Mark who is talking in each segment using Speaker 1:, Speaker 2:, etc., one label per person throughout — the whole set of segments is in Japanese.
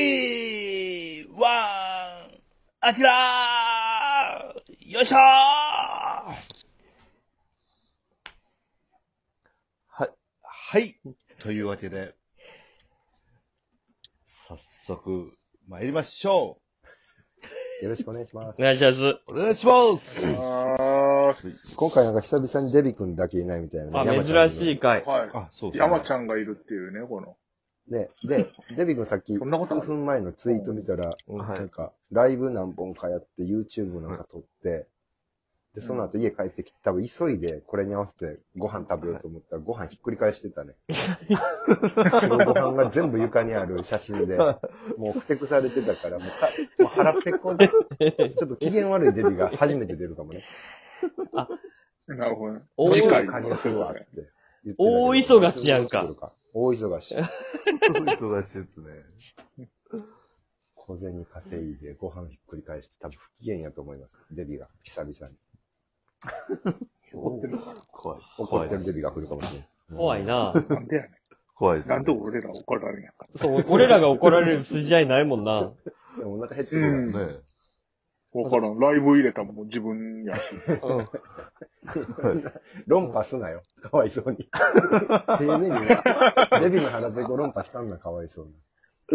Speaker 1: 4MC1! あきらーよいしょー
Speaker 2: はい。というわけで、早速、参りましょ
Speaker 3: よろしくお願いします。
Speaker 1: お願いします。
Speaker 2: うお願いします
Speaker 4: あ
Speaker 3: 今回なんか久々にデビ君だけいないみたいな
Speaker 1: あ、
Speaker 3: ね。
Speaker 1: 珍しい
Speaker 3: い。
Speaker 1: 回
Speaker 4: ー。はい。
Speaker 2: あ、そうそう。
Speaker 4: 山ちゃんがいるっていうね、この。
Speaker 3: ね、で、デビ君さっき、
Speaker 4: そんなことあ
Speaker 3: 数
Speaker 4: る
Speaker 3: 分前のツイート見たら、
Speaker 2: うん
Speaker 3: なんか、ライブ何本かやって、YouTube なんか撮って、で、その後家帰ってきて、多分急いで、これに合わせてご飯食べようと思ったら、ご飯ひっくり返してた ね。そのご飯が全部床にある写真 で、もうふてくされてたから、もうかもう腹ペコで、ちょっと機嫌悪いデビが初めて出るかもね。
Speaker 4: なるほどね。
Speaker 1: 大
Speaker 4: 次回
Speaker 3: 加入するわ、つって。言ってたけど
Speaker 1: 大忙しやんか。
Speaker 3: 大忙し。
Speaker 2: 忙しいですね。
Speaker 3: 小銭稼いでご飯ひっくり返して、多分不機嫌やと思います。デビが、久々に。
Speaker 4: 怒ってるか
Speaker 2: 怖い。
Speaker 3: 怒
Speaker 2: 怖
Speaker 3: っ
Speaker 2: い
Speaker 3: て。るデビが来るかもしれない。
Speaker 1: 怖いな。
Speaker 4: ら。なんでやね
Speaker 2: 怖いです
Speaker 4: ん。
Speaker 2: ね。
Speaker 4: なんで俺ら怒られんやんか。
Speaker 1: そう、俺らが怒られる筋合いないもんな。
Speaker 3: でもお腹減ってる
Speaker 4: うん
Speaker 2: ね
Speaker 4: わからん。ライブ入れたもん自 分やし。
Speaker 1: うん。
Speaker 3: 論破すなよ。かわいそうに。丁寧にな。デビの腹ペコ論破したんだ、かわいそうに。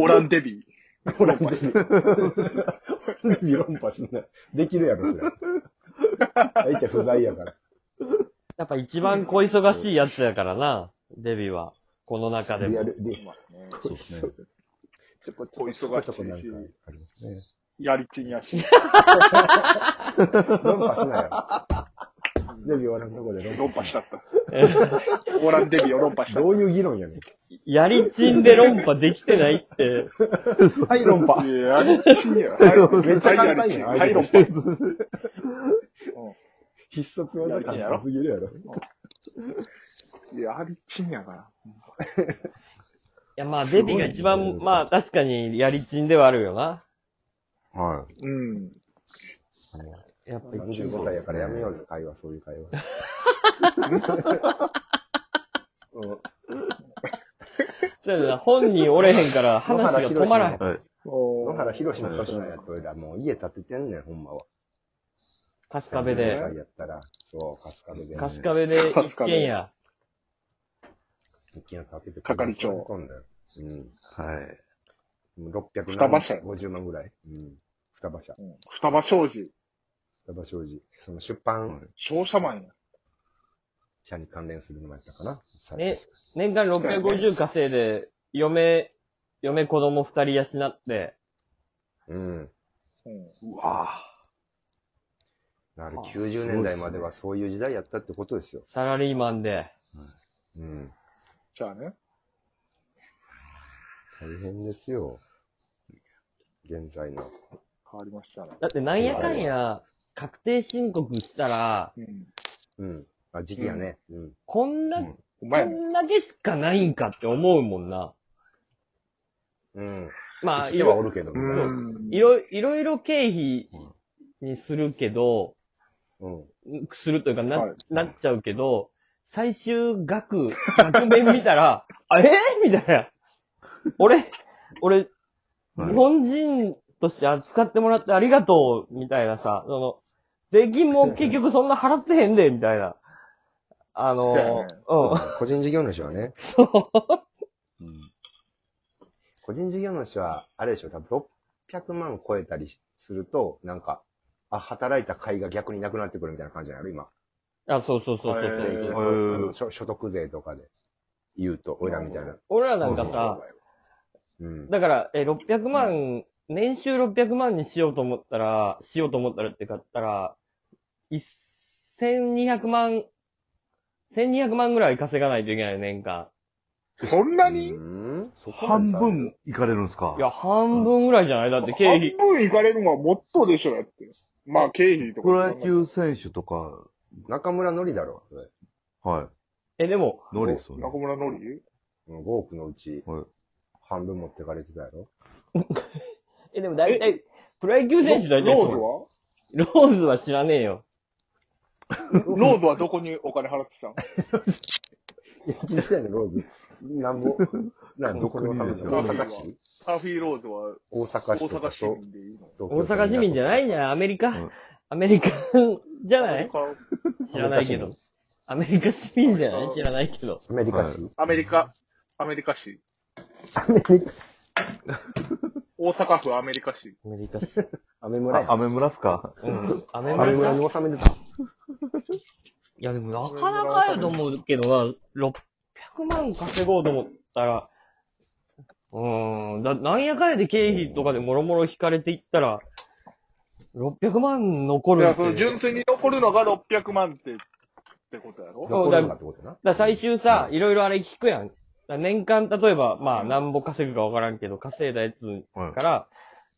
Speaker 4: オランデビー。
Speaker 3: 俺デビ。 デビ論破すんなよ。できるやろ、それ。相手不在やから。
Speaker 1: やっぱ一番小忙しいやつやからな、デビは。この中で
Speaker 3: リア
Speaker 1: も。
Speaker 3: ル、リ
Speaker 4: まあね
Speaker 2: そうですね。
Speaker 3: ちょこ
Speaker 4: 小忙しいし
Speaker 3: ちょこちょこなんかありますね。
Speaker 4: やりちんやし。
Speaker 3: 論破すなよ。デビ俺のとこで論破
Speaker 4: 論破しちゃった。オランデビーを論破しちゃっ
Speaker 3: どういう議論やねん。
Speaker 1: やりちんで論破できて ないって。
Speaker 3: はい、論
Speaker 4: た。
Speaker 3: 破。
Speaker 4: いや、やりちんや。はい、
Speaker 3: めっちゃ簡単やん
Speaker 4: はい、論破。
Speaker 3: 必殺技簡単すぎるやろ。
Speaker 4: いや、やりちんやから。
Speaker 1: いや、まあ、デビが一
Speaker 3: すごい
Speaker 1: 番、
Speaker 3: ね
Speaker 1: まあ、確かにやりちんではあるよな。
Speaker 2: は
Speaker 4: うん。
Speaker 1: やっぱ一
Speaker 3: 35歳やからやめようぜ、会話、そういう会話。うん
Speaker 1: そうやな、本人おれへんから話が止まらへ ん
Speaker 2: い。。はい。
Speaker 4: お
Speaker 3: 野原宏の年なんやと、俺らもう家建ててんねん、ほんまは。
Speaker 1: カスカベ
Speaker 3: 35
Speaker 1: で。
Speaker 3: 歳やったら、そう、カスカベで。
Speaker 1: カスカベで一軒家。
Speaker 3: 一軒家建てて。
Speaker 4: 係長
Speaker 3: 建てんだよ
Speaker 2: はい。
Speaker 3: うん。もう600
Speaker 4: 双葉社
Speaker 3: 50万ぐらい。うん。双葉社。
Speaker 4: うん双葉商事。
Speaker 3: 双葉商事。その出版
Speaker 4: 商社マンや。
Speaker 3: 社に関連するのもやったかな。
Speaker 1: ね年間650稼いで、嫁、嫁子供二人養って、
Speaker 3: うん。
Speaker 4: うん。
Speaker 2: うわ
Speaker 3: あれ
Speaker 4: あ
Speaker 3: 90年代まではそういう時代やったってことですよ。
Speaker 1: サラリーマンで。
Speaker 3: うん。
Speaker 4: じゃあね。
Speaker 3: 大変ですよ。現在の。
Speaker 4: 変わりましたね。
Speaker 1: だってなんやかんや、確定申告したら、
Speaker 4: うん。
Speaker 3: うん。あ、時期やね。うん。
Speaker 1: こんな、
Speaker 2: うん
Speaker 4: お
Speaker 1: こ
Speaker 4: 前やね。
Speaker 1: んだけしかないんかって思うもんな。
Speaker 3: うん。
Speaker 1: まあ、
Speaker 3: 生
Speaker 1: い
Speaker 3: きてはお
Speaker 1: ろ
Speaker 3: るけど。
Speaker 4: うん。
Speaker 1: いろ、いろいろ経費にするけど、
Speaker 3: うん。
Speaker 1: するというかな、
Speaker 4: はい
Speaker 1: なっちゃうけど、最終額、額面見たら、 あ、えー、みたいな。俺、俺、
Speaker 2: ー
Speaker 1: 日本人として扱ってもらってありがとう、みたいなさ、その、税金も結局そんな払ってへんで、みたいな。あ
Speaker 4: そうや
Speaker 1: の
Speaker 4: ね、
Speaker 1: うん、
Speaker 3: 個人事業主はね、
Speaker 1: そう。
Speaker 2: うん
Speaker 3: 個人事業主は、あれでしょ、多分600万超えたりすると、なんか、あ、働いた甲斐が逆になくなってくるみたいな感じなの今。
Speaker 1: あ、そうそうそうそう
Speaker 4: へ
Speaker 1: そう。
Speaker 4: ー
Speaker 2: へ
Speaker 3: 税金
Speaker 2: ー
Speaker 3: あの所所得税とかで言うと、俺らみたいな。
Speaker 1: 俺らなんかさ、
Speaker 3: うん。
Speaker 1: だから、え、600万、年収600万にしようと思ったら、しようと思ったらって買ったら、1200万、1200万ぐらい稼がないといけないよ、年間。
Speaker 4: そんなに
Speaker 3: うんそこま
Speaker 2: 半
Speaker 3: でさ
Speaker 2: 分いかれるんですか
Speaker 1: いや、半分ぐらいじゃないだって経費。
Speaker 4: 半分いかれるのはもっとでしょ、だって。まあ、経費とか。
Speaker 2: プロ野球選手とか、
Speaker 3: 中村のりだろ、それ。
Speaker 2: は
Speaker 1: え、でも、
Speaker 2: い。ノリですよね。
Speaker 4: 中村のり
Speaker 3: 5億のうち
Speaker 2: はい、
Speaker 3: 半分持ってかれてたやろ
Speaker 1: え、でも大体、プロ野球選手大体、
Speaker 4: ローズは
Speaker 1: ローズは知らねえよ。
Speaker 4: ローズはどこにお金払ってたの
Speaker 3: 駅時代のローズ、なんぼ、なんどこの大
Speaker 4: どこに
Speaker 3: 阪市
Speaker 4: サーフィーローズは
Speaker 3: 大
Speaker 4: 大
Speaker 3: 阪市と
Speaker 4: 阪
Speaker 3: か
Speaker 4: 市
Speaker 3: と
Speaker 4: 民でいいの
Speaker 1: 大阪市民じゃないんじゃないアメリカ、
Speaker 2: うん
Speaker 1: アメリカじゃない
Speaker 4: 大阪
Speaker 1: 知らないけど。アメリカ市民じゃない知らないけど。
Speaker 3: アメリカ市、
Speaker 4: アメリカ、アメリカ市。
Speaker 3: アメリカ
Speaker 4: 大阪府アメリカ市。
Speaker 1: アメリカ市。
Speaker 3: アメ村
Speaker 2: あ、
Speaker 3: や。
Speaker 2: アメ村っすか
Speaker 1: うん。アメ
Speaker 3: アメ村
Speaker 1: 村か
Speaker 3: に収めてた。
Speaker 1: いやでもなかなかやと思うけどな、600万稼ごうと思ったら、うーん、だ、なんやかんやで経費とかでもろもろ引かれていったら、600万残
Speaker 4: い
Speaker 1: る
Speaker 4: や、
Speaker 1: って
Speaker 4: その純粋に残るのが600万って、ってことやろ
Speaker 3: 残るのかってことな。
Speaker 1: だから最終さ、いろいろあれ聞くやん。だから年間、例えば、まあ、なんぼ稼ぐかわからんけど、稼いだやつから、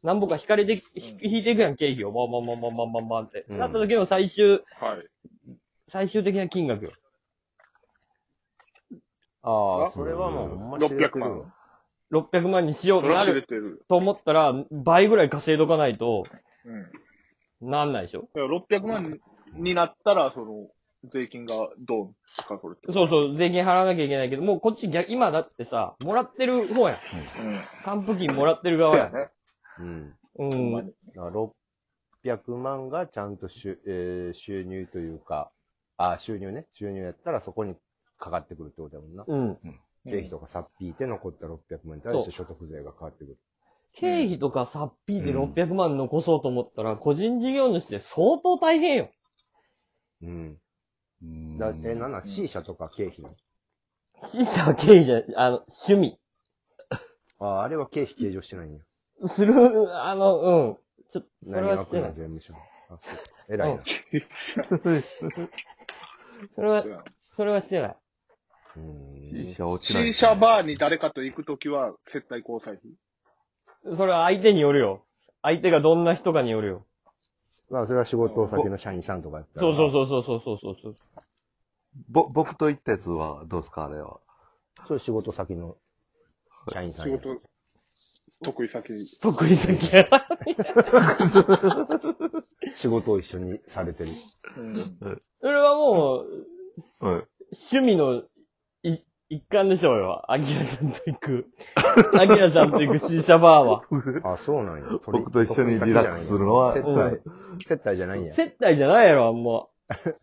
Speaker 1: なんぼか引かれて、ひ引いていくやん、経費を。バンバンバンバンバンバンバンって。
Speaker 2: うん
Speaker 1: なった時の最終、
Speaker 4: はい。
Speaker 1: 最終的な金額よ。あ
Speaker 4: あそ
Speaker 2: れはもうほ
Speaker 3: ん
Speaker 4: ま知れてるわ
Speaker 1: あ、600万にしよう
Speaker 4: そ
Speaker 1: と
Speaker 4: れ
Speaker 1: な
Speaker 4: は知れ
Speaker 1: る
Speaker 4: てる。
Speaker 1: と思ったら、倍ぐらい稼いどかないと、
Speaker 4: うん。
Speaker 1: なんないでしょ。
Speaker 4: だから600万になったら、その、税金がどうかかるってこと。
Speaker 1: そうそう、税金払わなきゃいけないけど、もうこっち逆、今だってさ、もらってる方やん。
Speaker 4: うん。
Speaker 1: 還付金もらってる
Speaker 4: そう
Speaker 1: 側や
Speaker 4: や
Speaker 1: ん。
Speaker 4: ね。
Speaker 2: うん。
Speaker 1: う
Speaker 4: ほんま
Speaker 1: ん。
Speaker 4: に
Speaker 2: だから600万がちゃんと収,、えー収入というか、あ、収入ね。収入やったらそこにかかってくるってことだもんな。
Speaker 1: うん。
Speaker 3: 経費とかさっぴいて残った600万に対して所得税が変わってくる。
Speaker 1: 経費とかさっぴいで
Speaker 2: うん
Speaker 1: 600万残そうと思ったら、個人事業主って相当大変よ。
Speaker 3: うん。
Speaker 5: うん
Speaker 3: だえ、なんなん ?C 社とか経費なの
Speaker 1: C 社は経費じゃ、あの、趣味。
Speaker 3: あ、あれは経費計上してないんや。
Speaker 1: する、あの、うん。ちょ、それ
Speaker 3: 何
Speaker 1: は
Speaker 3: が
Speaker 1: し
Speaker 3: 来
Speaker 1: て
Speaker 3: る
Speaker 1: な
Speaker 3: の
Speaker 1: い。
Speaker 3: 税務署。あ、そう。偉いな。
Speaker 1: それは
Speaker 4: そう、や
Speaker 1: それはしてない。
Speaker 3: うん。
Speaker 5: C 社落ちない。
Speaker 4: シーシャバーに誰かと行くときは、接待交際費。
Speaker 1: それは相手によるよ。相手がどんな人かによるよ。
Speaker 3: まあ、それは仕事先の社員さんとかやったら。
Speaker 1: そうそうそうそうそうそうそう。
Speaker 5: ぼ、僕と行ったやつはどうですかあれは。
Speaker 3: それ仕事先の社員さん
Speaker 4: 仕
Speaker 3: や。
Speaker 4: 事、得意先。
Speaker 1: 得意先や。
Speaker 3: 仕事を一緒にされてる。
Speaker 4: うん。
Speaker 1: それはもう、
Speaker 5: うん。
Speaker 1: 趣味のい一環でしょうよ。アキラちゃんと行く。 アキラちゃんと行く C 社バーは。
Speaker 3: あ、そうなんや。取り
Speaker 5: 僕と一緒にリラックスするのは
Speaker 3: 接待、接待じゃないんや。
Speaker 1: 接待じゃないやろ、もう。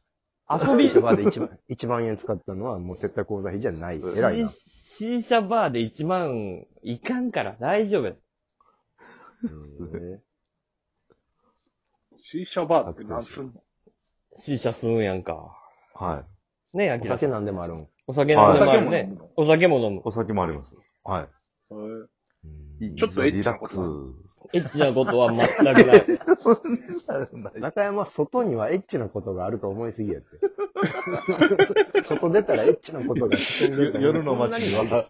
Speaker 3: 遊びとかで1万 ,1 万円使ったのはもう接待口座費じゃない。偉いな。
Speaker 1: C 社バーで1万いかんから大丈夫や。
Speaker 3: うん
Speaker 4: シーシャバーって何すんの
Speaker 1: C 社するんやんか。
Speaker 5: はい。
Speaker 1: ねえ、ア
Speaker 3: お
Speaker 1: キラ
Speaker 3: 酒。なんでもあるん。
Speaker 1: お酒飲んでもある
Speaker 4: はいお酒も飲
Speaker 1: ね
Speaker 4: む
Speaker 1: お酒も飲む。
Speaker 4: の。
Speaker 5: お酒もあります。
Speaker 3: は
Speaker 4: へ
Speaker 3: い。
Speaker 4: ちょっとエッ
Speaker 5: リ
Speaker 4: チ
Speaker 5: ラ
Speaker 4: な
Speaker 5: ッ
Speaker 4: こ
Speaker 5: ク
Speaker 4: と
Speaker 5: ス。
Speaker 1: エッチなことは全くない。
Speaker 3: 中山、外にはエッチなことがあると思いすぎやって。外出たらエッチなことが進んでるから
Speaker 5: 夜の街には。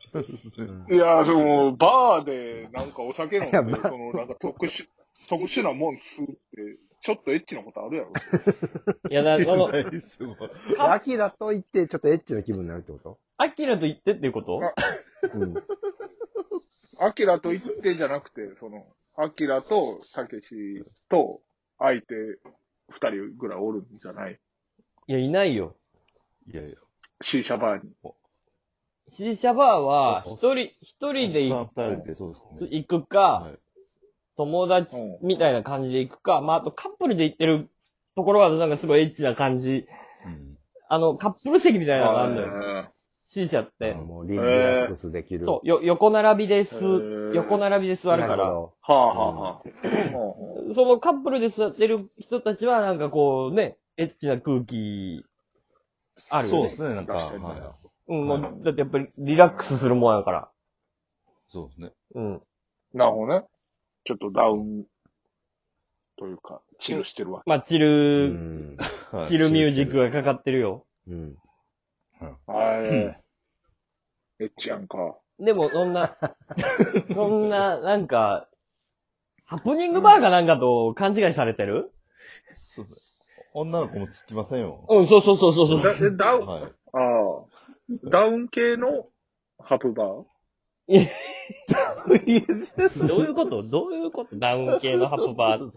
Speaker 4: えいやー、その、バーで、なんかお酒飲んで、
Speaker 3: いや
Speaker 4: そ
Speaker 3: まあ
Speaker 4: の、なんか特殊、 特殊なもん吸うって、ちょっとエッチなことあるやろ。
Speaker 1: いや、 だからその、
Speaker 3: アキラと言って、ちょっとエッチな気分になるってこ
Speaker 1: アキラと言ってっていうこと
Speaker 3: とうん。
Speaker 4: アキラと言ってじゃなくて、その、アキラとたけしと相手二人ぐらいおるんじゃない
Speaker 1: いや、いないよ。
Speaker 5: いやいや。
Speaker 4: シーシャバーに。
Speaker 1: C 社バーは、一人、一人で
Speaker 5: おっ
Speaker 1: 行
Speaker 5: さん二人で、そうですね。
Speaker 1: 行くか
Speaker 5: は、い
Speaker 1: 友達みたいな感じで行くか、まあ、あとカップルで行ってるところは、なんかすごいエッチな感じ。
Speaker 5: うん
Speaker 1: あの、カップル席みたいなのがあるのよ。
Speaker 4: あ
Speaker 1: C 社って。
Speaker 3: もうリラックスできる。
Speaker 1: そう、よ、横並びです
Speaker 4: へー。
Speaker 1: 横並びで座
Speaker 3: な
Speaker 1: る
Speaker 3: る
Speaker 1: か
Speaker 3: ほ
Speaker 1: ら。
Speaker 3: ど。
Speaker 4: ーはあはあはあ。は
Speaker 1: そのカップルで座ってる人たちは、なんかこうね、エッチな空気、あるよね。
Speaker 5: そうですね、なんか。
Speaker 4: 確かに
Speaker 5: は
Speaker 1: うん、もう、だってやっぱりリラックスするもんやから。
Speaker 5: いそうですね。
Speaker 1: うん。
Speaker 4: あなるほどね。ちょっとダウンというか、チルしてるわ。
Speaker 1: まあ、チ
Speaker 3: う
Speaker 1: ル、
Speaker 3: ん。
Speaker 5: はい
Speaker 1: チルミュージック。がかかってるよ。
Speaker 3: うん。
Speaker 4: はい。エッチやんか。
Speaker 1: でも、そんな、 そんな、なんか、ハプニングバーかなんかと勘違いされてる
Speaker 5: そうですね女の子もつきませんよ。
Speaker 1: うん、そうそうそうそうそう。
Speaker 4: だでダウン、あ
Speaker 5: はい。
Speaker 4: あ。ダウン系のハプバー
Speaker 1: どういうことどういうことダウン系のハプバー。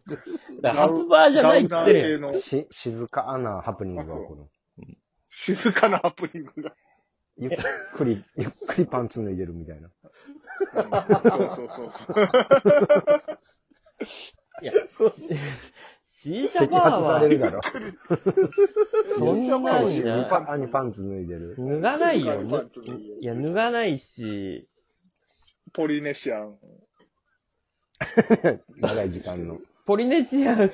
Speaker 1: だからハプバーじゃないっつ
Speaker 4: ダ
Speaker 1: っ
Speaker 4: ウ
Speaker 1: て
Speaker 4: ナ
Speaker 1: るやん
Speaker 4: ー系の
Speaker 3: し、静かなハプニングが起こる。
Speaker 4: 静かなハプニングが。
Speaker 3: ゆっくり、ゆっくりパンツ脱いでるみたいな。
Speaker 4: そうそうそう。
Speaker 1: シーシャ
Speaker 3: 摘
Speaker 1: バー
Speaker 3: 発される
Speaker 1: は
Speaker 3: だろ。
Speaker 1: そんなに
Speaker 3: 無
Speaker 1: な
Speaker 3: パンにパンツ脱いでる。
Speaker 1: 脱がないよ。
Speaker 4: 静かに
Speaker 1: ぬいや、脱がないし、
Speaker 4: ポリネシアン。
Speaker 3: 長い時間の。
Speaker 1: ポリネシアン、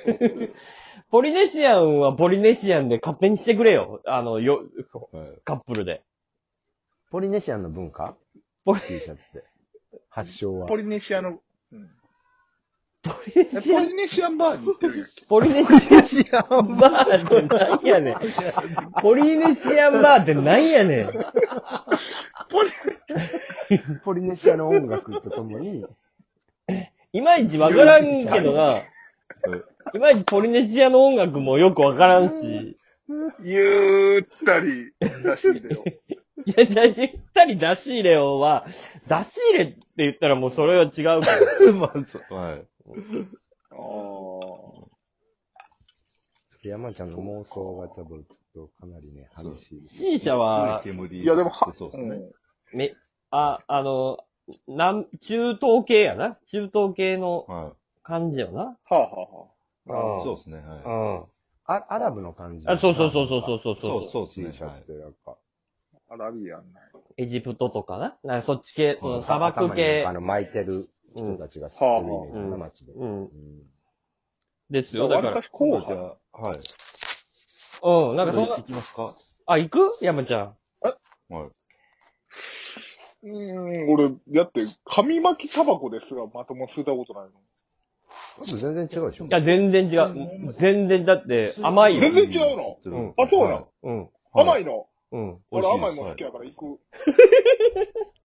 Speaker 1: ポリネシアンはポリネシアンで勝手にしてくれよ。あの、よ、カップルで。
Speaker 3: ポリネシアンの文化
Speaker 1: ポリ
Speaker 3: T シャツって。発祥は
Speaker 4: ポ。リネシアの、うん
Speaker 1: ポリネ
Speaker 4: え
Speaker 1: シ
Speaker 4: ポ
Speaker 1: アン
Speaker 4: リ、ネシアンバーに行ってるやんけ。
Speaker 1: ポリネシアンバーってなんやねん。ポリネシアンバーってなんやねん。
Speaker 3: ポリネシアの音楽とともに、
Speaker 1: いまいちわからんけどな。いまいちポリネシアの音楽もよくわからんし。
Speaker 4: ゆーったり出し入れを。
Speaker 1: いや、じゃあ、ゆったり出し入れをは、出し入れって言ったらもうそれは違うから。
Speaker 5: まあ、そう。はい。
Speaker 4: あ
Speaker 3: 山ちゃんの妄想が多分ちょっとかなりね、激しい。
Speaker 1: C 社
Speaker 5: は。、
Speaker 1: はい
Speaker 5: 煙。
Speaker 4: いやでもは、
Speaker 5: そうです
Speaker 4: う
Speaker 5: ね。
Speaker 4: ん
Speaker 1: め、あ、あの、なん、中東系やな。中東系の
Speaker 5: は
Speaker 1: 感じよな。
Speaker 4: はあ
Speaker 1: う
Speaker 4: は
Speaker 5: い。
Speaker 1: ん
Speaker 5: そうですね。
Speaker 1: う
Speaker 5: は
Speaker 1: ん。
Speaker 3: あアラブの感じ。
Speaker 1: あ、そうそうそうそうそうそう
Speaker 5: い。
Speaker 1: そう
Speaker 5: そう、そうです
Speaker 3: T
Speaker 5: ね。
Speaker 3: シャ
Speaker 5: は
Speaker 3: ツっ
Speaker 5: い
Speaker 3: て。なんか、
Speaker 4: あ。アラビアンない。
Speaker 1: エジプトとかな。なんかそっち系、
Speaker 5: うん
Speaker 1: 砂漠系
Speaker 3: あ。の、巻いてる人たちが知ってるイメージ
Speaker 1: うん
Speaker 3: な、街で。
Speaker 1: うん。
Speaker 3: うん
Speaker 1: ですよ。だか
Speaker 4: わり
Speaker 1: ら。
Speaker 4: し
Speaker 5: こ
Speaker 4: 後
Speaker 5: うじゃ、
Speaker 4: 半。
Speaker 5: はい。
Speaker 1: うん。なんかそん
Speaker 5: 行
Speaker 1: な、
Speaker 5: きますか
Speaker 1: あ、行く山ちゃん。
Speaker 5: はい。
Speaker 4: うーん、俺、だって、紙巻きタバコですらまともに吸ったことないの。
Speaker 3: 多分全然違うでしょ
Speaker 1: い。や、全然違う。全然、だって、甘いよ。
Speaker 4: 全然違うの
Speaker 1: うん
Speaker 4: あそうなの
Speaker 5: はい
Speaker 1: うん。
Speaker 4: 甘いの。
Speaker 1: うん。
Speaker 4: 俺甘いも
Speaker 5: 美
Speaker 4: ん好
Speaker 5: 味し
Speaker 4: き
Speaker 5: で
Speaker 4: やから行く。